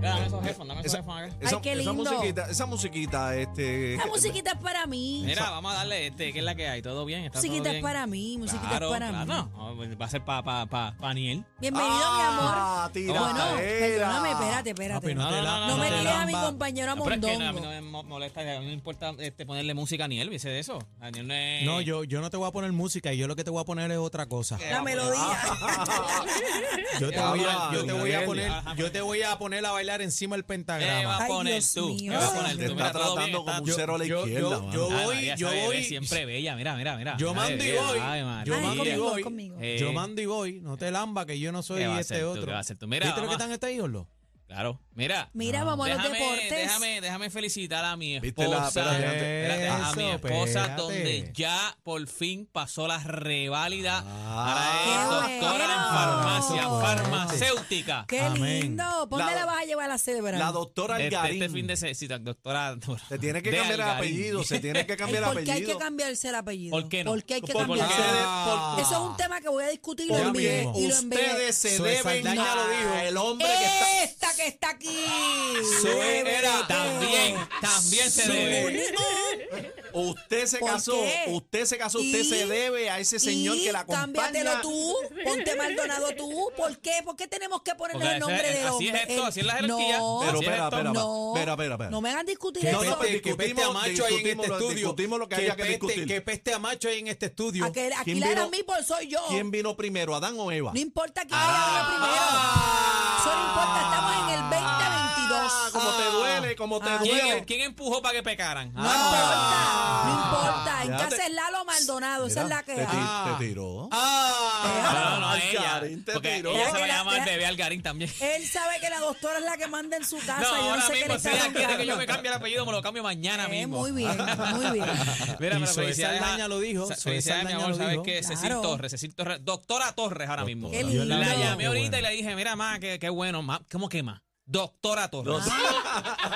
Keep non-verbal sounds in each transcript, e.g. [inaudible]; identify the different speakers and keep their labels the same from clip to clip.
Speaker 1: Dame esos headphones, dame esos headphones acá.
Speaker 2: Esa,
Speaker 3: qué
Speaker 2: esa
Speaker 3: lindo.
Speaker 2: musiquita, esa musiquita, este.
Speaker 3: La
Speaker 2: que-
Speaker 3: musiquita es para mí.
Speaker 1: Mira, vamos a darle este, ¿qué es la que hay? ¿Todo bien? ¿Está
Speaker 3: musiquita
Speaker 1: todo
Speaker 3: es
Speaker 1: bien?
Speaker 3: para mí, musiquita
Speaker 1: Claro,
Speaker 3: es para
Speaker 1: claro,
Speaker 3: mí.
Speaker 1: no, no, va a ser para pa, pa, pa Aniel.
Speaker 3: Bienvenido,
Speaker 2: Ah,
Speaker 3: mi amor. Bueno,
Speaker 2: tiradera.
Speaker 3: perdóname, espérate, espérate.
Speaker 2: Papi, no
Speaker 3: No,
Speaker 2: te
Speaker 1: no,
Speaker 2: la-
Speaker 1: no,
Speaker 3: me
Speaker 1: no,
Speaker 3: tires
Speaker 2: no,
Speaker 3: a mi
Speaker 2: no.
Speaker 3: compañero
Speaker 1: No, Ah, pero es que no, a mí no
Speaker 3: Mondongo.
Speaker 1: me mo- molesta, no me importa este, ponerle música a Aniel, ¿viste de eso? Aniel no es...
Speaker 4: No, yo, yo no te voy a poner música, yo lo que te voy a poner es otra cosa.
Speaker 3: La melodía. [laughs]
Speaker 4: Yo te
Speaker 2: Ya,
Speaker 4: voy
Speaker 2: ya,
Speaker 4: a, yo te voy a
Speaker 2: Miguel.
Speaker 4: poner, yo te voy a poner a bailar encima el
Speaker 1: ¿Qué va
Speaker 4: pentagrama.
Speaker 1: a
Speaker 3: Ay,
Speaker 1: poner
Speaker 3: Dios
Speaker 1: tú?
Speaker 3: mío.
Speaker 1: ¿Qué va a poner
Speaker 2: Te
Speaker 1: tú? Mira,
Speaker 2: está
Speaker 1: todo bien,
Speaker 2: tratando
Speaker 1: está-
Speaker 2: como un cero a la
Speaker 4: yo-
Speaker 2: izquierda.
Speaker 4: yo-
Speaker 2: mano.
Speaker 4: yo-
Speaker 1: Ah,
Speaker 4: voy,
Speaker 1: María, esa bebé
Speaker 4: voy-
Speaker 1: es siempre bella, mira, mira, mira.
Speaker 4: Yo
Speaker 1: Ay,
Speaker 4: mando y
Speaker 1: bebé,
Speaker 4: voy.
Speaker 1: ay, María.
Speaker 4: Yo
Speaker 3: Ay,
Speaker 4: mando y
Speaker 3: conmigo,
Speaker 4: voy.
Speaker 3: conmigo.
Speaker 1: Eh,
Speaker 4: Yo mando y voy, no te lamba que yo no soy
Speaker 1: ¿Qué va a
Speaker 4: este
Speaker 1: hacer tú?
Speaker 4: otro.
Speaker 1: ¿Qué va a hacer tú? Mira,
Speaker 4: ¿Viste lo
Speaker 1: vamos
Speaker 4: que
Speaker 1: a-
Speaker 4: están este estos ídolos?
Speaker 1: Claro, mira.
Speaker 3: Mira, vamos a los
Speaker 1: Déjame,
Speaker 3: deportes.
Speaker 1: déjame, déjame felicitar a mi
Speaker 2: Viste la-
Speaker 1: esposa.
Speaker 2: espérate, antes-
Speaker 1: espérate, a mi
Speaker 4: Eso,
Speaker 1: esposa,
Speaker 4: espérate.
Speaker 1: donde ya por fin pasó la reválida
Speaker 2: Ah,
Speaker 1: para doctora
Speaker 3: qué
Speaker 1: en
Speaker 3: bueno.
Speaker 1: farmacia farmacéutica.
Speaker 3: Qué
Speaker 4: Amén.
Speaker 3: lindo. ¿Por
Speaker 2: La-
Speaker 3: dónde la vas a llevar a la cebra?
Speaker 2: La doctora
Speaker 1: Este,
Speaker 2: Algarín.
Speaker 1: este fin de semana, doctora.
Speaker 2: Se tiene que
Speaker 1: de
Speaker 2: cambiar el
Speaker 1: Algarín.
Speaker 2: apellido. Se
Speaker 4: [laughs]
Speaker 2: tiene que
Speaker 3: Ay,
Speaker 2: cambiar el
Speaker 3: ¿Por qué hay que
Speaker 2: apellido.
Speaker 3: cambiarse el apellido?
Speaker 1: ¿Por qué no?
Speaker 3: ¿Por qué hay que
Speaker 1: ¿Por- por qué?
Speaker 3: cambiarse?
Speaker 2: Ah.
Speaker 3: Eso es un tema que voy a discutir y lo
Speaker 4: Ya
Speaker 3: envié.
Speaker 4: mismo.
Speaker 3: Y lo envié.
Speaker 2: Ustedes se
Speaker 4: Zoe
Speaker 2: deben
Speaker 4: Saldaña
Speaker 2: a
Speaker 4: lo dijo.
Speaker 2: el hombre que está.
Speaker 3: Esta que está aquí.
Speaker 2: Zoe era-
Speaker 1: También, también se
Speaker 2: Zoe.
Speaker 1: debe.
Speaker 2: Usted se
Speaker 3: ¿Por
Speaker 2: casó,
Speaker 3: qué?
Speaker 2: usted se casó, usted
Speaker 3: Y-
Speaker 2: se debe a ese Este señor
Speaker 3: Y
Speaker 2: que la acompaña.
Speaker 3: Cámbiatelo tú, ponte Maldonado tú. ¿Por qué? ¿Por qué tenemos que ponerle
Speaker 1: Porque
Speaker 3: el
Speaker 1: ese-
Speaker 3: nombre de
Speaker 1: así
Speaker 3: hombre?
Speaker 1: es esto,
Speaker 3: El-
Speaker 1: así es la jerarquía.
Speaker 3: No,
Speaker 2: Pero
Speaker 1: Así es
Speaker 2: espera,
Speaker 1: esto.
Speaker 2: espera,
Speaker 3: no,
Speaker 2: espera, espera, espera.
Speaker 3: no me hagan discutir
Speaker 4: Que
Speaker 2: No,
Speaker 3: eso.
Speaker 2: no,
Speaker 4: peste, que peste a
Speaker 2: discutimos-
Speaker 4: macho ahí en este
Speaker 2: discutimos lo-
Speaker 4: estudio.
Speaker 2: discutimos lo que haya que
Speaker 4: peste-
Speaker 2: discutir.
Speaker 4: que peste a macho ahí en este estudio.
Speaker 3: Aquel- aquí
Speaker 2: ¿Quién
Speaker 3: la
Speaker 2: vino?
Speaker 3: gran Meatball soy yo.
Speaker 2: ¿Quién Ah. vino primero, Adán o Eva?
Speaker 3: No importa quién haya venido primero. Eso no importa, estamos en el 2022.
Speaker 2: Ah, como te duele, como te
Speaker 3: Ah.
Speaker 2: duele.
Speaker 1: ¿Quién, quién empujó para que pecaran?
Speaker 3: No
Speaker 1: Ah,
Speaker 3: importa, no importa. En
Speaker 2: Ya te-
Speaker 3: casa es Lalo Maldonado, esa es la que
Speaker 2: Ah. te,
Speaker 3: hay.
Speaker 2: ti- te tiró.
Speaker 1: no,
Speaker 2: Ah,
Speaker 1: no, no, ella.
Speaker 2: Algarín te
Speaker 1: Porque
Speaker 2: tiró.
Speaker 1: ella se va a
Speaker 3: Deja-
Speaker 1: llamar
Speaker 3: deja-
Speaker 1: bebé Algarín también.
Speaker 3: Él sabe que la doctora es la que manda en su casa.
Speaker 1: No,
Speaker 3: yo no
Speaker 1: ahora
Speaker 3: sé qué le
Speaker 1: mismo, si
Speaker 3: está
Speaker 1: ella quiere que yo
Speaker 3: contando.
Speaker 1: me cambie el apellido, me lo cambio mañana
Speaker 3: Eh,
Speaker 1: mismo.
Speaker 3: Muy bien,
Speaker 4: [laughs]
Speaker 3: muy
Speaker 1: [laughs]
Speaker 3: bien.
Speaker 1: Mira,
Speaker 4: Y
Speaker 1: pero
Speaker 4: Zoe
Speaker 1: felicidades
Speaker 4: Saldaña
Speaker 1: a-
Speaker 4: lo dijo,
Speaker 1: Sa-
Speaker 4: Zoe
Speaker 1: Felicidades, mi
Speaker 4: Saldaña
Speaker 1: amor.
Speaker 4: lo
Speaker 1: Sabes
Speaker 4: dijo.
Speaker 1: que Cecil
Speaker 3: Claro.
Speaker 1: Torres, Cecil Torres, doctora Torres ahora mismo.
Speaker 3: Qué
Speaker 4: Dios
Speaker 3: lindo.
Speaker 1: La
Speaker 4: Qué
Speaker 1: llamé
Speaker 4: bueno.
Speaker 1: ahorita y le dije, mira, ma, qué, qué bueno, ma. ¿Cómo que ma? Doctora Torres.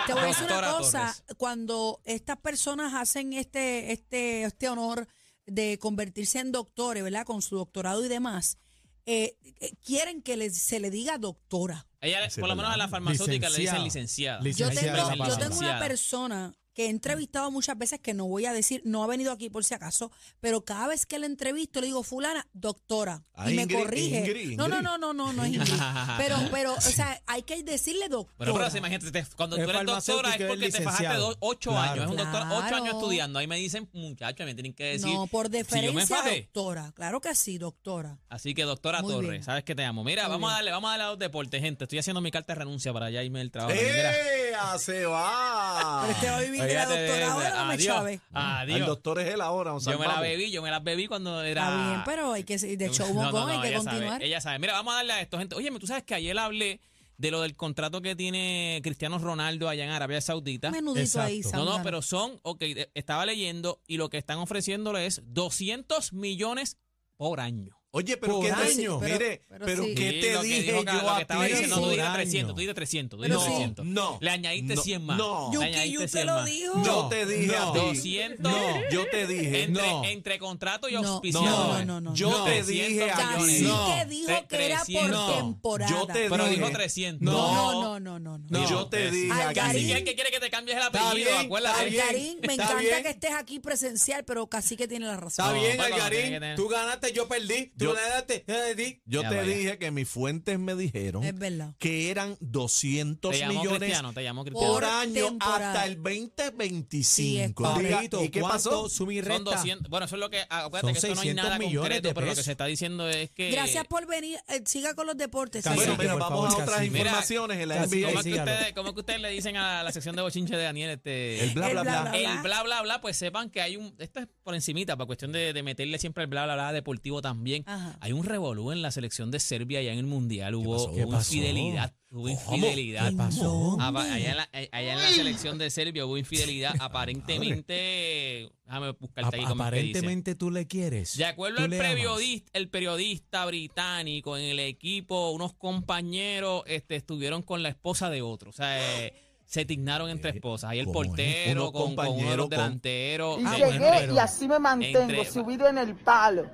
Speaker 3: Te voy a decir una
Speaker 1: Doctora
Speaker 3: cosa,
Speaker 1: Torres.
Speaker 3: cuando estas personas hacen este, este, este honor de convertirse en doctores, ¿verdad? Con su doctorado y demás, eh, eh, quieren que les- se le diga doctora.
Speaker 4: [laughs]
Speaker 1: Ella, por lo menos a la farmacéutica le dicen licenciada.
Speaker 3: Yo
Speaker 4: Licenciada
Speaker 3: tengo,
Speaker 4: es la
Speaker 3: yo
Speaker 4: palabra.
Speaker 3: tengo una persona que he entrevistado muchas veces que no voy a decir, no ha venido aquí por si acaso, pero cada vez que la entrevisto le digo fulana, doctora,
Speaker 2: Ah,
Speaker 3: y me
Speaker 2: Ingrid,
Speaker 3: corrige.
Speaker 2: Ingrid,
Speaker 3: No, no,
Speaker 2: Ingrid.
Speaker 3: no, no, no, no
Speaker 2: [laughs]
Speaker 3: es Ingrid. Pero, pero, o sea, hay que decirle doctora.
Speaker 1: Bueno, pero sí, imagínate, te- cuando
Speaker 4: Es
Speaker 1: tú eres doctora
Speaker 4: farmacéutica,
Speaker 1: es
Speaker 4: es
Speaker 1: porque te fajaste
Speaker 4: licenciado.
Speaker 1: dos- ocho
Speaker 4: Claro.
Speaker 1: años. Es un doctor ocho
Speaker 3: Claro.
Speaker 1: años estudiando. Ahí me dicen, muchachos, me tienen que decir.
Speaker 3: no, por
Speaker 1: si yo me
Speaker 3: deferencia,
Speaker 1: fajé.
Speaker 3: doctora. Claro que sí, doctora.
Speaker 1: Así que, doctora
Speaker 3: Muy
Speaker 1: Torres,
Speaker 3: bien.
Speaker 1: sabes que te amo. Mira, vamos a darle, vamos a darle a los deportes, gente. Estoy haciendo mi carta de renuncia para ya irme del trabajo. Mira.
Speaker 2: ¡Eh! ah, ¡Se va!
Speaker 3: Pero es que va a vivir de la
Speaker 1: Olvídate de-
Speaker 3: doctora
Speaker 1: de-
Speaker 3: ahora, no me
Speaker 1: Ah, adiós,
Speaker 3: chave.
Speaker 2: El
Speaker 1: adiós.
Speaker 2: doctor es él ahora,
Speaker 1: Yo me la bebí, yo me las bebí cuando era.
Speaker 3: Está bien, pero hay que, de show
Speaker 1: [laughs] No, no,
Speaker 3: mongón,
Speaker 1: no,
Speaker 3: hay que
Speaker 1: ella sabe,
Speaker 3: continuar.
Speaker 1: ella sabe. Mira, vamos a darle a esto, gente. Oye, tú sabes que ayer hablé de lo del contrato que tiene Cristiano Ronaldo allá en Arabia Saudita.
Speaker 3: Menudito ahí,
Speaker 4: Exacto.
Speaker 1: No, no,
Speaker 3: Sandra.
Speaker 1: pero son, ok, eh, estaba leyendo y lo que están ofreciéndole es 200 millones por año.
Speaker 2: Oye, pero
Speaker 4: Por
Speaker 2: qué te,
Speaker 4: año.
Speaker 2: mire,
Speaker 3: pero
Speaker 2: pero,
Speaker 3: sí.
Speaker 2: qué
Speaker 1: Sí,
Speaker 2: te
Speaker 1: lo que
Speaker 2: dije
Speaker 1: dijo,
Speaker 2: yo
Speaker 1: Carlos, lo
Speaker 2: a
Speaker 1: que estaba
Speaker 2: ti?
Speaker 1: diciendo, tú
Speaker 2: Por
Speaker 1: dijiste
Speaker 4: año.
Speaker 1: 300, tú dijiste 300, tú
Speaker 3: Pero
Speaker 1: dijiste
Speaker 3: sí.
Speaker 1: 300.
Speaker 2: No,
Speaker 1: Le añadiste
Speaker 2: no,
Speaker 1: 100 más.
Speaker 2: no.
Speaker 1: Le
Speaker 3: Yuki,
Speaker 1: añadiste
Speaker 3: usted
Speaker 1: 100
Speaker 3: lo
Speaker 1: más.
Speaker 3: dijo.
Speaker 2: Yo te dije a
Speaker 4: no,
Speaker 2: ti.
Speaker 1: 200.
Speaker 2: No, yo te dije.
Speaker 1: Entre,
Speaker 4: Eh, No.
Speaker 1: entre contrato y
Speaker 3: No,
Speaker 1: auspiciadores.
Speaker 3: no, no, no,
Speaker 2: Yo
Speaker 3: no.
Speaker 2: te dije a
Speaker 1: Trescientos
Speaker 2: ti.
Speaker 3: Cacique
Speaker 1: millones.
Speaker 4: No.
Speaker 3: dijo que era por
Speaker 1: 300. No,
Speaker 3: temporada.
Speaker 2: yo te
Speaker 1: Pero
Speaker 2: dije.
Speaker 1: dijo 300.
Speaker 3: No, no, no, no, no.
Speaker 2: No. Yo te dije
Speaker 3: Ay,
Speaker 2: aquí.
Speaker 1: Así
Speaker 3: Karim.
Speaker 1: que el que quiere que te cambies el
Speaker 4: Está
Speaker 1: apellido,
Speaker 4: bien,
Speaker 1: acuérdate.
Speaker 4: está bien.
Speaker 3: Algarín, me
Speaker 4: está
Speaker 3: encanta
Speaker 4: bien.
Speaker 3: que estés aquí presencial, pero casi que tiene la razón.
Speaker 4: Está
Speaker 1: No,
Speaker 4: bien,
Speaker 1: papá, tiene que
Speaker 4: Algarín.
Speaker 1: tener-
Speaker 4: Tú ganaste, yo perdí. Tú
Speaker 2: Yo-
Speaker 4: ganaste, yo perdí.
Speaker 2: Yo
Speaker 1: Ya
Speaker 2: te
Speaker 1: vaya.
Speaker 2: dije que mis fuentes me dijeron
Speaker 3: Es verdad.
Speaker 2: que eran 200
Speaker 1: Te llamó
Speaker 2: millones
Speaker 1: Cristiano, te llamó Cristiano.
Speaker 2: por
Speaker 3: Por
Speaker 2: año
Speaker 3: temporada.
Speaker 2: hasta el 2025.
Speaker 3: Sí, es
Speaker 2: Diga,
Speaker 4: Papito,
Speaker 2: ¿Y qué
Speaker 4: ¿cuánto
Speaker 2: pasó?
Speaker 4: Sumi
Speaker 1: Son
Speaker 4: resta?
Speaker 1: 200. Bueno, eso es lo que. Acuérdate
Speaker 4: Son
Speaker 1: que esto no hay
Speaker 4: 600
Speaker 1: nada
Speaker 4: millones
Speaker 1: concreto,
Speaker 4: de
Speaker 1: pero lo que
Speaker 4: pesos.
Speaker 1: se está diciendo es que.
Speaker 3: Gracias por venir. Eh, siga con los deportes.
Speaker 4: Cacique,
Speaker 2: Bueno,
Speaker 3: señor.
Speaker 2: mira,
Speaker 4: por
Speaker 2: vamos
Speaker 4: favor,
Speaker 2: a otras
Speaker 4: cacique.
Speaker 2: informaciones en la
Speaker 4: Cacique,
Speaker 2: NBA.
Speaker 1: ¿Cómo es, que
Speaker 4: Sígalo.
Speaker 1: ustedes, cómo es que ustedes le dicen a la sección de bochinche de Daniel este.
Speaker 2: El bla,
Speaker 3: El
Speaker 2: bla,
Speaker 3: bla,
Speaker 2: bla.
Speaker 3: bla,
Speaker 1: El bla bla bla, pues sepan que hay un. Esto es por encimita, para cuestión de, de meterle siempre el bla bla bla deportivo también.
Speaker 3: Ajá.
Speaker 1: Hay un revolú en la selección de Serbia allá en el Mundial. Hubo,
Speaker 4: pasó? ¿Qué
Speaker 1: hubo
Speaker 4: pasó?
Speaker 1: infidelidad. Hubo infidelidad.
Speaker 4: ¿Qué pasó?
Speaker 1: Ah, va- Allá en, la, eh, allá en la selección de Serbia
Speaker 4: [laughs]
Speaker 1: hubo infidelidad. Aparentemente. Déjame buscarte aquí
Speaker 4: Ap-
Speaker 1: cómo es que dice.
Speaker 4: Aparentemente tú le quieres.
Speaker 1: De acuerdo
Speaker 4: Tú
Speaker 1: al
Speaker 4: le amas.
Speaker 1: periodista, el periodista británico en el equipo, unos compañeros este, estuvieron con la esposa de otro. O sea, eh, se tignaron entre esposas. Ahí el
Speaker 2: Eh, ¿cómo es?
Speaker 1: portero,
Speaker 2: Unos
Speaker 1: con, con uno de
Speaker 2: compañeros
Speaker 1: los
Speaker 2: con-
Speaker 1: delanteros.
Speaker 5: Y
Speaker 1: Eh,
Speaker 5: llegué
Speaker 1: bueno,
Speaker 5: y así me mantengo,
Speaker 1: entre-
Speaker 5: subido en el palo.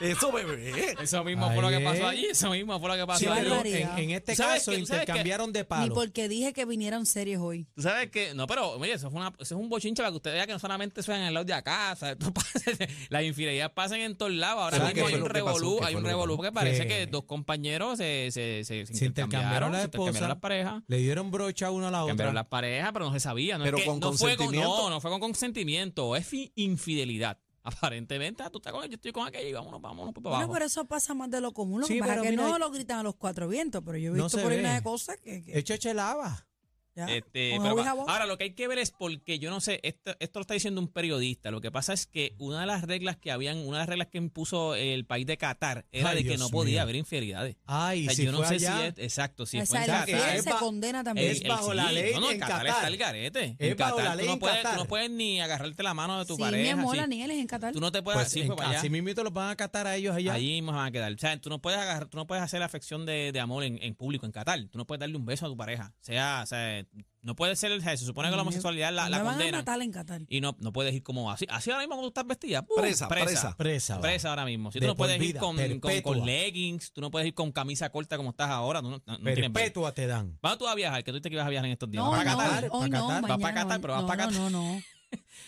Speaker 2: Eso, eso,
Speaker 1: [laughs]
Speaker 2: bebé.
Speaker 1: Eso mismo fue lo que
Speaker 4: Ahí es.
Speaker 1: pasó allí. Eso mismo fue lo que pasó
Speaker 4: Sí,
Speaker 1: allí.
Speaker 4: pero
Speaker 3: barbaridad.
Speaker 4: en, en este
Speaker 1: ¿Tú sabes
Speaker 4: caso
Speaker 1: que- tú sabes que-
Speaker 4: intercambiaron de
Speaker 3: Ni
Speaker 4: palo.
Speaker 3: porque dije que vinieran series hoy.
Speaker 1: Tú sabes que, no, pero oye, eso, fue una- eso es un bochinche para que usted vea que no solamente suenan en el lado de acá, o sea, esto [laughs] pasa- las infidelidades pasan en todos lados. Ahora
Speaker 2: ¿Sabes
Speaker 1: mismo
Speaker 2: qué
Speaker 1: hay
Speaker 2: fue
Speaker 1: un
Speaker 2: lo que pasó?
Speaker 1: revolú,
Speaker 2: ¿Qué
Speaker 1: hay
Speaker 2: fue
Speaker 1: un
Speaker 2: lo que
Speaker 1: revolú,
Speaker 2: pasó?
Speaker 1: porque parece
Speaker 4: Que-
Speaker 1: que dos compañeros se, se, se, se
Speaker 4: Se intercambiaron la
Speaker 1: se
Speaker 4: esposa.
Speaker 1: intercambiaron las parejas.
Speaker 4: Le dieron brocha uno a la otra.
Speaker 1: Cambiaron las parejas, pero no se sabía. No,
Speaker 2: Pero
Speaker 1: es que
Speaker 2: con
Speaker 1: no fue con
Speaker 2: consentimiento.
Speaker 1: No, no fue con consentimiento. Es fi- infidelidad. [laughs] Aparentemente, ah, tú estás con él, yo estoy con aquella y vámonos, vámonos pues, para
Speaker 3: Bueno,
Speaker 1: abajo.
Speaker 3: pero eso pasa más de lo común. Lo que
Speaker 4: Sí,
Speaker 3: pasa
Speaker 4: pero
Speaker 3: que
Speaker 4: mira,
Speaker 3: no
Speaker 4: hay-
Speaker 3: lo gritan a los cuatro vientos, pero yo he
Speaker 4: No
Speaker 3: visto
Speaker 4: se
Speaker 3: por ahí
Speaker 4: ve.
Speaker 3: una cosa que. que-
Speaker 4: Hecho chelaba.
Speaker 3: ya,
Speaker 1: Eh, Este,
Speaker 3: con
Speaker 1: pero
Speaker 3: agua y
Speaker 1: va-
Speaker 3: jabón.
Speaker 1: ahora, lo que hay que ver es porque yo no sé, esto, esto lo está diciendo un periodista. Lo que pasa es que una de las reglas que habían, una de las reglas que impuso el país de Qatar era
Speaker 4: Ay,
Speaker 1: de que
Speaker 4: Dios
Speaker 1: no podía
Speaker 4: mío.
Speaker 1: haber infidelidades.
Speaker 4: Ay,
Speaker 1: O sea,
Speaker 4: si
Speaker 1: yo no
Speaker 4: fue
Speaker 1: sé
Speaker 4: allá,
Speaker 1: si es exacto, si
Speaker 3: O
Speaker 1: fue
Speaker 3: sea,
Speaker 1: en
Speaker 3: la
Speaker 4: Qatar,
Speaker 3: fidelidad
Speaker 4: es
Speaker 3: se
Speaker 4: ba-
Speaker 3: condena
Speaker 1: El-
Speaker 3: también.
Speaker 4: es
Speaker 1: el-
Speaker 4: bajo la
Speaker 1: sí,
Speaker 4: ley
Speaker 1: No, no,
Speaker 4: en
Speaker 1: Qatar,
Speaker 4: Qatar.
Speaker 1: está el garete.
Speaker 4: Es
Speaker 1: En
Speaker 4: bajo
Speaker 1: Qatar
Speaker 4: la
Speaker 1: tú
Speaker 4: ley
Speaker 1: no
Speaker 4: en
Speaker 1: puedes, tú
Speaker 4: Qatar.
Speaker 1: no puedes ni agarrarte la mano de tu
Speaker 3: sí,
Speaker 1: pareja.
Speaker 3: mi amor,
Speaker 1: sí.
Speaker 3: Daniel es en Qatar.
Speaker 1: Tú no te puedes
Speaker 4: Pues
Speaker 1: sí,
Speaker 4: en-
Speaker 1: fue para allá.
Speaker 4: así mismito los van a catar a ellos allá.
Speaker 1: Allí mismo van a quedar. O sea, tú no puedes agarrar, tú no puedes hacer afección de, de amor en, en público, en Qatar. Tú no puedes darle un beso a tu pareja. O sea, o sea no puede ser, o sea, se supone que la homosexualidad la, la
Speaker 3: Me van a
Speaker 1: condena.
Speaker 3: matar en Qatar.
Speaker 1: Y no, no puedes ir como así. Así ahora mismo como tú estás vestida. ¡pum!
Speaker 2: Uh, Presa, presa.
Speaker 4: Presa. va.
Speaker 1: Presa ahora mismo. Si
Speaker 4: De
Speaker 1: tú no puedes
Speaker 4: por
Speaker 1: ir
Speaker 4: vida,
Speaker 1: con, con- con,
Speaker 4: perpetua.
Speaker 1: leggings, tú no puedes ir con camisa corta como estás ahora. Tú no, no- no tienes break.
Speaker 4: Perpetua te dan.
Speaker 1: ¿Vas tú a viajar? Que tú te que ibas a viajar en estos días.
Speaker 3: No,
Speaker 1: ¿Vas
Speaker 3: no,
Speaker 1: para Qatar?
Speaker 3: hoy
Speaker 4: ¿Para
Speaker 3: no,
Speaker 4: Qatar?
Speaker 1: ¿Vas para
Speaker 3: mañana,
Speaker 1: Qatar? ¿Pero vas
Speaker 3: no,
Speaker 1: para Qatar?
Speaker 3: No, [laughs] no, no.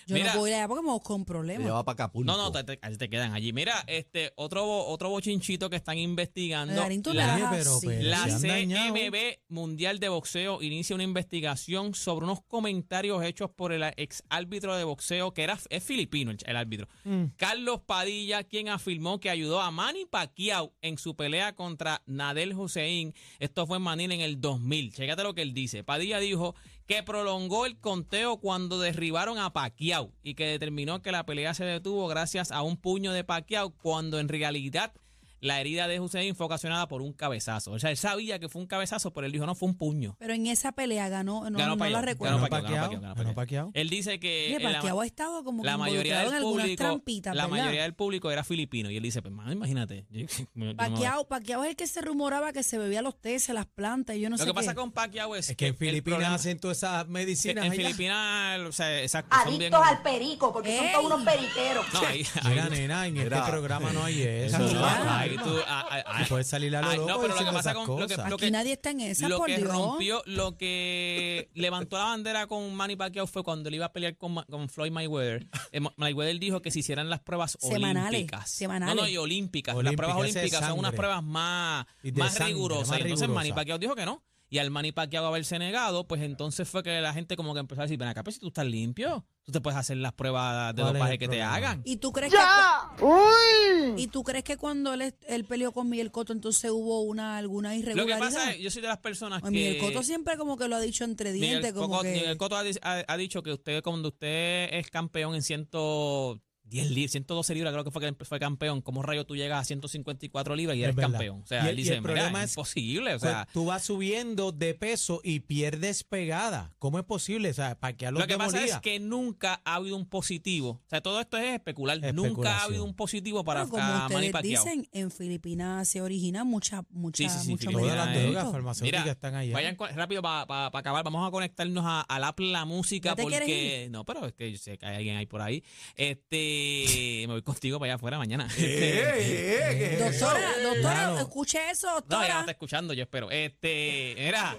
Speaker 3: Yo
Speaker 1: Mira.
Speaker 3: no voy allá porque me busco un
Speaker 2: Te
Speaker 3: problema.
Speaker 2: va para Acapulco.
Speaker 1: No, no, te, te- ahí te quedan allí. Mira, este otro bo- otro bochinchito que están investigando.
Speaker 3: Garín, tú me
Speaker 1: la-
Speaker 3: das
Speaker 4: Oye, pero,
Speaker 3: así.
Speaker 4: pero-
Speaker 1: La
Speaker 4: se Pues, han dañado.
Speaker 1: CMB Mundial de Boxeo inicia una investigación sobre unos comentarios hechos por el ex árbitro de boxeo, que era es filipino el, ch- el árbitro,
Speaker 4: Mm.
Speaker 1: Carlos Padilla, quien afirmó que ayudó a Manny Pacquiao en su pelea contra Nadel Hussein. Esto fue en Manila en el 2000. Chécate lo que él dice. Padilla dijo que prolongó el conteo cuando derribaron a Pacquiao y que determinó que la pelea se detuvo gracias a un puño de Pacquiao cuando en realidad la herida de Hussein fue ocasionada por un cabezazo. O sea, él sabía que fue un cabezazo, pero él dijo, no, fue un puño.
Speaker 3: Pero en esa pelea ganó, Eh, no,
Speaker 1: ganó
Speaker 3: no
Speaker 1: Pacquiao,
Speaker 3: la recuerdo.
Speaker 1: Ganó
Speaker 4: Ganó
Speaker 1: Pacquiao, ganó
Speaker 4: Pacquiao,
Speaker 1: Pacquiao, ganó
Speaker 4: ganó
Speaker 1: Pacquiao.
Speaker 4: Pacquiao.
Speaker 1: Él dice que...
Speaker 3: Oye,
Speaker 1: la-
Speaker 3: Pacquiao ha estado como que
Speaker 1: la mayoría
Speaker 3: involucrado
Speaker 1: del
Speaker 3: en algunas
Speaker 1: público,
Speaker 3: trampitas,
Speaker 1: la
Speaker 3: ¿verdad?
Speaker 1: mayoría del público era filipino y él dice, pues, man, imagínate. yo- [laughs] yo me- yo me-
Speaker 3: Pacquiao, Pacquiao es el que se rumoraba que se bebía los tés, las plantas, y yo no
Speaker 1: Lo
Speaker 3: sé
Speaker 1: que
Speaker 3: qué.
Speaker 1: pasa con Pacquiao es,
Speaker 4: Es que en
Speaker 1: el problema-
Speaker 4: Filipinas hacen todas esas
Speaker 1: en
Speaker 4: medicinas. allá.
Speaker 1: Filipinas, o sea, exacto, son bien-
Speaker 5: Adictos al perico, porque son todos
Speaker 3: ¡Ey!
Speaker 5: unos periqueros.
Speaker 1: No,
Speaker 5: [laughs]
Speaker 1: ahí, ahí-
Speaker 4: Mira, nena, en
Speaker 2: Mira.
Speaker 4: este programa no hay eso.
Speaker 2: Eso
Speaker 1: no,
Speaker 4: ¿verdad?
Speaker 1: ahí tú- ah, ah, ah,
Speaker 4: Tú puedes salir a lo
Speaker 1: ah,
Speaker 4: loco
Speaker 1: no, pero lo
Speaker 4: diciendo
Speaker 1: que pasa
Speaker 4: esas
Speaker 1: con lo que,
Speaker 4: cosas.
Speaker 1: lo que-
Speaker 3: Aquí nadie está en esa,
Speaker 1: lo
Speaker 3: por
Speaker 1: que
Speaker 3: Dios.
Speaker 1: rompió, lo que [laughs] levantó la bandera con Manny Pacquiao fue cuando él iba a pelear con, Ma- con Floyd Mayweather. Eh, Ma- Mayweather dijo que se hicieran las pruebas
Speaker 3: Semanales,
Speaker 1: olímpicas.
Speaker 3: semanales.
Speaker 1: No, no, y olímpicas. las
Speaker 4: Olímpicas,
Speaker 1: pruebas
Speaker 4: esa de
Speaker 1: olímpicas son
Speaker 4: sangre.
Speaker 1: unas pruebas más,
Speaker 4: Y de
Speaker 1: más
Speaker 4: sangre,
Speaker 1: rigurosas.
Speaker 4: más
Speaker 1: Y entonces Manny
Speaker 4: rigurosa.
Speaker 1: Pacquiao dijo que no. Y al Manny Pacquiao haberse negado, pues entonces fue que la gente como que empezó a decir, ven acá, pero si tú estás limpio, tú te puedes hacer las pruebas de
Speaker 4: ¿Cuál es
Speaker 1: dopaje
Speaker 4: el
Speaker 1: que
Speaker 4: problema?
Speaker 1: te hagan.
Speaker 3: ¿Y tú crees
Speaker 5: ¡Ya!
Speaker 3: que
Speaker 5: ¡Uy!
Speaker 3: y tú crees que cuando él, él peleó con Miguel Cotto entonces hubo una alguna
Speaker 1: Lo que
Speaker 3: irregularidad?
Speaker 1: pasa es, yo soy de las personas
Speaker 3: Ay,
Speaker 1: que...
Speaker 3: Miguel Cotto siempre como que lo ha dicho entre dientes,
Speaker 1: Miguel
Speaker 3: como
Speaker 1: Cotto-
Speaker 3: que
Speaker 1: Miguel Cotto ha, di- ha- ha dicho que usted, cuando usted es campeón en 110 10 libras, 112 libras creo que fue que fue campeón. ¿Cómo rayo tú llegas a 154 libras y
Speaker 4: Es
Speaker 1: eres
Speaker 4: verdad.
Speaker 1: campeón? O
Speaker 4: Y
Speaker 1: sea,
Speaker 4: el-
Speaker 1: él
Speaker 4: y
Speaker 1: dice,
Speaker 4: el
Speaker 1: mira,
Speaker 4: problema
Speaker 1: es
Speaker 4: es-
Speaker 1: imposible. O
Speaker 4: Pues,
Speaker 1: sea,
Speaker 4: tú vas subiendo de peso y pierdes pegada. ¿Cómo es posible? O sea, para que a los
Speaker 1: lo que pasa es
Speaker 4: demolía.
Speaker 1: que nunca ha habido un positivo. O sea, todo esto es especular. Nunca ha
Speaker 4: Especulación.
Speaker 1: habido un positivo para
Speaker 3: Pero como
Speaker 1: a Manny
Speaker 3: ustedes
Speaker 1: Pacquiao.
Speaker 3: dicen, en Filipinas se origina mucha,
Speaker 1: Sí,
Speaker 3: mucha,
Speaker 1: sí, sí,
Speaker 3: mucho
Speaker 1: Filipinas
Speaker 4: Todas las
Speaker 1: es-
Speaker 4: drogas
Speaker 3: medicamento.
Speaker 4: farmacéuticas están ¿eh? allá.
Speaker 1: Vayan con- rápido para acabar. Vamos a conectarnos a, al app La Música
Speaker 3: ¿Ya te quieres
Speaker 1: porque. No, pero es que yo sé que hay alguien ahí por ahí. Este. me voy contigo para allá afuera
Speaker 4: [laughs]
Speaker 1: mañana.
Speaker 3: Doctora, doctora,
Speaker 4: Claro.
Speaker 3: escuche eso,
Speaker 1: no, ya no
Speaker 3: doctora.
Speaker 1: está escuchando, yo espero. Este.
Speaker 3: [laughs]
Speaker 1: Era.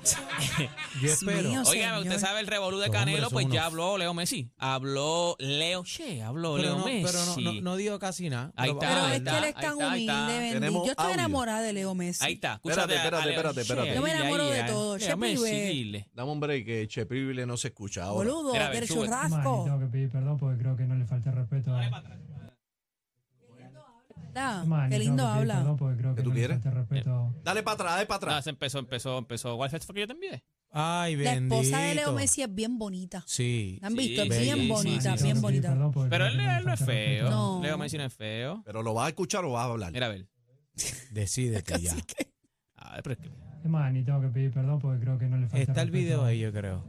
Speaker 4: Yo
Speaker 3: Dios
Speaker 4: espero.
Speaker 3: mío,
Speaker 1: Oiga,
Speaker 3: Oh, señor.
Speaker 1: usted sabe el revolú de
Speaker 4: Los hombres
Speaker 1: Canelo,
Speaker 4: son
Speaker 1: pues ya
Speaker 4: unos-
Speaker 1: habló Leo Messi. Habló Leo Che, habló
Speaker 4: pero
Speaker 1: Leo
Speaker 4: no,
Speaker 1: Messi.
Speaker 4: pero no, no, no digo casi nada.
Speaker 1: Ahí
Speaker 4: Pero-
Speaker 1: está,
Speaker 3: Pero
Speaker 1: ahí
Speaker 3: es que él es
Speaker 1: está,
Speaker 3: tan
Speaker 1: ahí está.
Speaker 3: humilde, bendito.
Speaker 2: Tenemos
Speaker 3: Yo estoy
Speaker 2: audio.
Speaker 3: enamorada de Leo Messi.
Speaker 1: Ahí está,
Speaker 2: Espérate,
Speaker 1: escúchate. a- a
Speaker 2: espérate,
Speaker 1: Leo
Speaker 2: espérate,
Speaker 1: Che,
Speaker 2: espérate.
Speaker 3: Yo me
Speaker 1: ahí,
Speaker 3: enamoro
Speaker 1: ahí,
Speaker 3: de
Speaker 1: ahí.
Speaker 3: todo,
Speaker 1: Leo
Speaker 3: Che
Speaker 1: Messi,
Speaker 3: Pibe.
Speaker 1: dile.
Speaker 2: Dame un break, que Che Privilege no se escucha ahora.
Speaker 3: Boludo,
Speaker 1: Mira, a ver,
Speaker 3: del
Speaker 1: sube.
Speaker 6: Más,
Speaker 3: churrasco.
Speaker 6: tengo que pedir perdón porque creo que no le falté respeto a.
Speaker 3: Da,
Speaker 6: Man,
Speaker 3: Qué
Speaker 6: tengo
Speaker 3: lindo
Speaker 6: que pedir
Speaker 3: habla.
Speaker 6: perdón porque creo que
Speaker 2: tú
Speaker 6: no
Speaker 2: quieres?
Speaker 6: le falté respeto.
Speaker 2: Dale para atrás, dale para atrás.
Speaker 1: No, se empezó, empezó, empezó. ¿Cuál fue el que yo te envié?
Speaker 4: Ay,
Speaker 3: La
Speaker 4: bendito.
Speaker 3: esposa de Leo Messi es bien bonita.
Speaker 4: Sí.
Speaker 3: ¿La han
Speaker 1: Sí,
Speaker 3: visto? Es
Speaker 1: sí,
Speaker 3: bien
Speaker 1: sí, sí,
Speaker 3: bonita,
Speaker 1: sí,
Speaker 6: Man,
Speaker 3: bien
Speaker 6: tengo que pedir
Speaker 3: bonita.
Speaker 6: perdón porque
Speaker 1: Pero
Speaker 6: creo
Speaker 1: él,
Speaker 6: que le
Speaker 1: él no es
Speaker 6: falté respeto.
Speaker 1: feo.
Speaker 3: No.
Speaker 1: Leo Messi no es feo.
Speaker 2: Pero lo vas a escuchar o vas a hablar.
Speaker 1: Mira, a ver.
Speaker 4: Decídete ya.
Speaker 1: Ah, pero es que-
Speaker 6: Man, y tengo que pedir perdón porque creo que no le falté
Speaker 4: Está el
Speaker 6: respeto.
Speaker 4: video ahí, yo creo.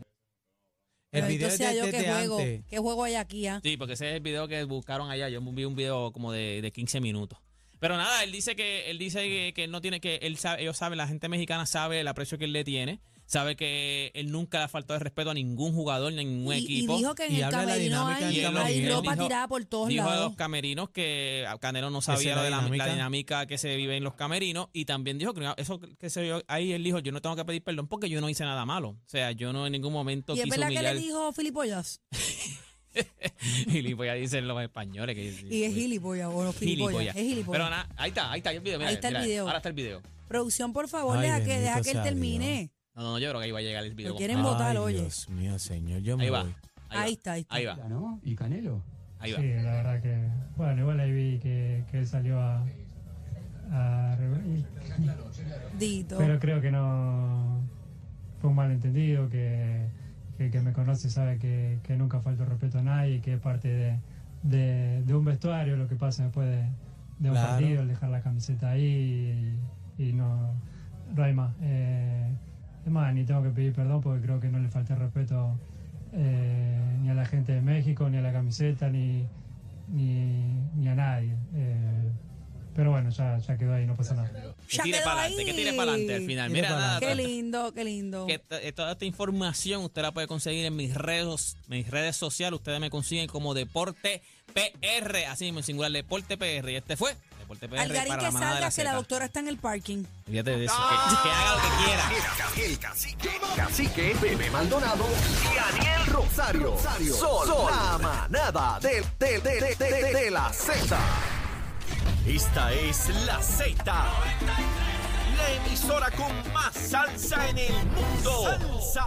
Speaker 4: El video es
Speaker 3: Entonces,
Speaker 4: de,
Speaker 3: yo
Speaker 4: de-
Speaker 3: qué
Speaker 4: de
Speaker 3: juego,
Speaker 4: antes.
Speaker 3: qué juego hay aquí, ah?
Speaker 1: Sí, porque ese es el video que buscaron allá. Yo vi un video como de, de 15 minutos. Pero nada, él dice que él dice que, que él no tiene que él sabe, ellos saben, la gente mexicana sabe el aprecio que él le tiene, sabe que él nunca le ha faltado el respeto a ningún jugador ni a ningún
Speaker 3: Y- y,
Speaker 1: equipo.
Speaker 3: dijo que en
Speaker 4: y
Speaker 3: el
Speaker 4: habla de la
Speaker 3: camerino
Speaker 4: dinámica
Speaker 3: hay,
Speaker 4: del
Speaker 1: él
Speaker 3: hay
Speaker 4: camerino.
Speaker 3: ropa
Speaker 1: dijo-
Speaker 3: tirada por todos
Speaker 1: dijo de
Speaker 3: lados.
Speaker 1: los camerinos que Canelo no
Speaker 4: Esa
Speaker 1: sabía
Speaker 4: es
Speaker 1: lo
Speaker 4: la
Speaker 1: de la, la dinámica?
Speaker 4: dinámica.
Speaker 1: que se vive en los camerinos y también dijo que eso que se vio ahí él dijo yo no tengo que pedir perdón porque yo no hice nada malo o sea yo no en ningún momento
Speaker 3: Y es
Speaker 1: quise
Speaker 3: verdad que
Speaker 1: humillar
Speaker 3: le dijo Filipollas.
Speaker 1: [laughs] y pues ya dicen los españoles que
Speaker 3: Y
Speaker 4: pues.
Speaker 3: es gilipollas, o no,
Speaker 1: Gilipollas.
Speaker 3: Filipollas. Es gilipollas.
Speaker 1: Pero nada, ahí está, ahí está el video. mira,
Speaker 3: Ahí está el
Speaker 1: mira,
Speaker 3: video.
Speaker 1: Ahora está el video.
Speaker 3: Producción, por favor,
Speaker 4: Ay,
Speaker 3: deja que,
Speaker 4: bendito
Speaker 3: deja que él
Speaker 4: sea
Speaker 3: termine.
Speaker 1: No, no, yo creo que ahí va a llegar el video.
Speaker 3: Lo quieren
Speaker 1: completo.
Speaker 3: votar,
Speaker 4: Ay,
Speaker 3: oye.
Speaker 4: Dios mío, señor. Yo me
Speaker 1: Ahí va.
Speaker 4: voy.
Speaker 3: Ahí está, ahí está.
Speaker 1: Ahí va,
Speaker 6: ¿No? ¿Y Canelo?
Speaker 1: ahí va.
Speaker 6: Sí, la verdad que. Bueno, igual ahí vi que, que él salió a. a re-
Speaker 3: Dito.
Speaker 6: Pero creo que no fue un malentendido, que, que el que me conoce sabe que, que nunca falto respeto a nadie, que es parte de, de- de un vestuario lo que pasa después de, de un
Speaker 4: Claro.
Speaker 6: partido, el dejar la camiseta ahí y, y no, no hay más. Eh, es más, ni tengo que pedir perdón porque creo que no le falté respeto eh, ni a la gente de México, ni a la camiseta, ni, ni, ni a nadie. Eh, pero bueno, ya, ya quedó ahí, no pasa nada.
Speaker 1: Que
Speaker 3: Ya
Speaker 1: tire
Speaker 3: quedó
Speaker 1: para adelante, que
Speaker 3: ahí.
Speaker 1: tire para adelante al final.
Speaker 4: Tire
Speaker 1: Mira,
Speaker 4: pa'lante.
Speaker 1: nada,
Speaker 3: Qué lindo, qué lindo.
Speaker 1: que t- eh, toda esta información usted la puede conseguir en mis redes, mis redes sociales. Ustedes me consiguen como Deporte PR. Así mismo, en singular, Deporte PR. Y este fue Deporte PR
Speaker 3: Algarín
Speaker 1: para
Speaker 3: que
Speaker 1: la manada de la
Speaker 3: salga, que la
Speaker 1: Zeta.
Speaker 3: doctora está en el parking.
Speaker 1: Fíjate de eso, que, que haga lo que quiera.
Speaker 7: El, el cacique, cacique, Bebé Maldonado y Daniel Rosario. Rosario. Sol, la manada de, de, de, de, de, de- de la Z. Esta es la Z. La emisora con más salsa en el mundo. Salsa.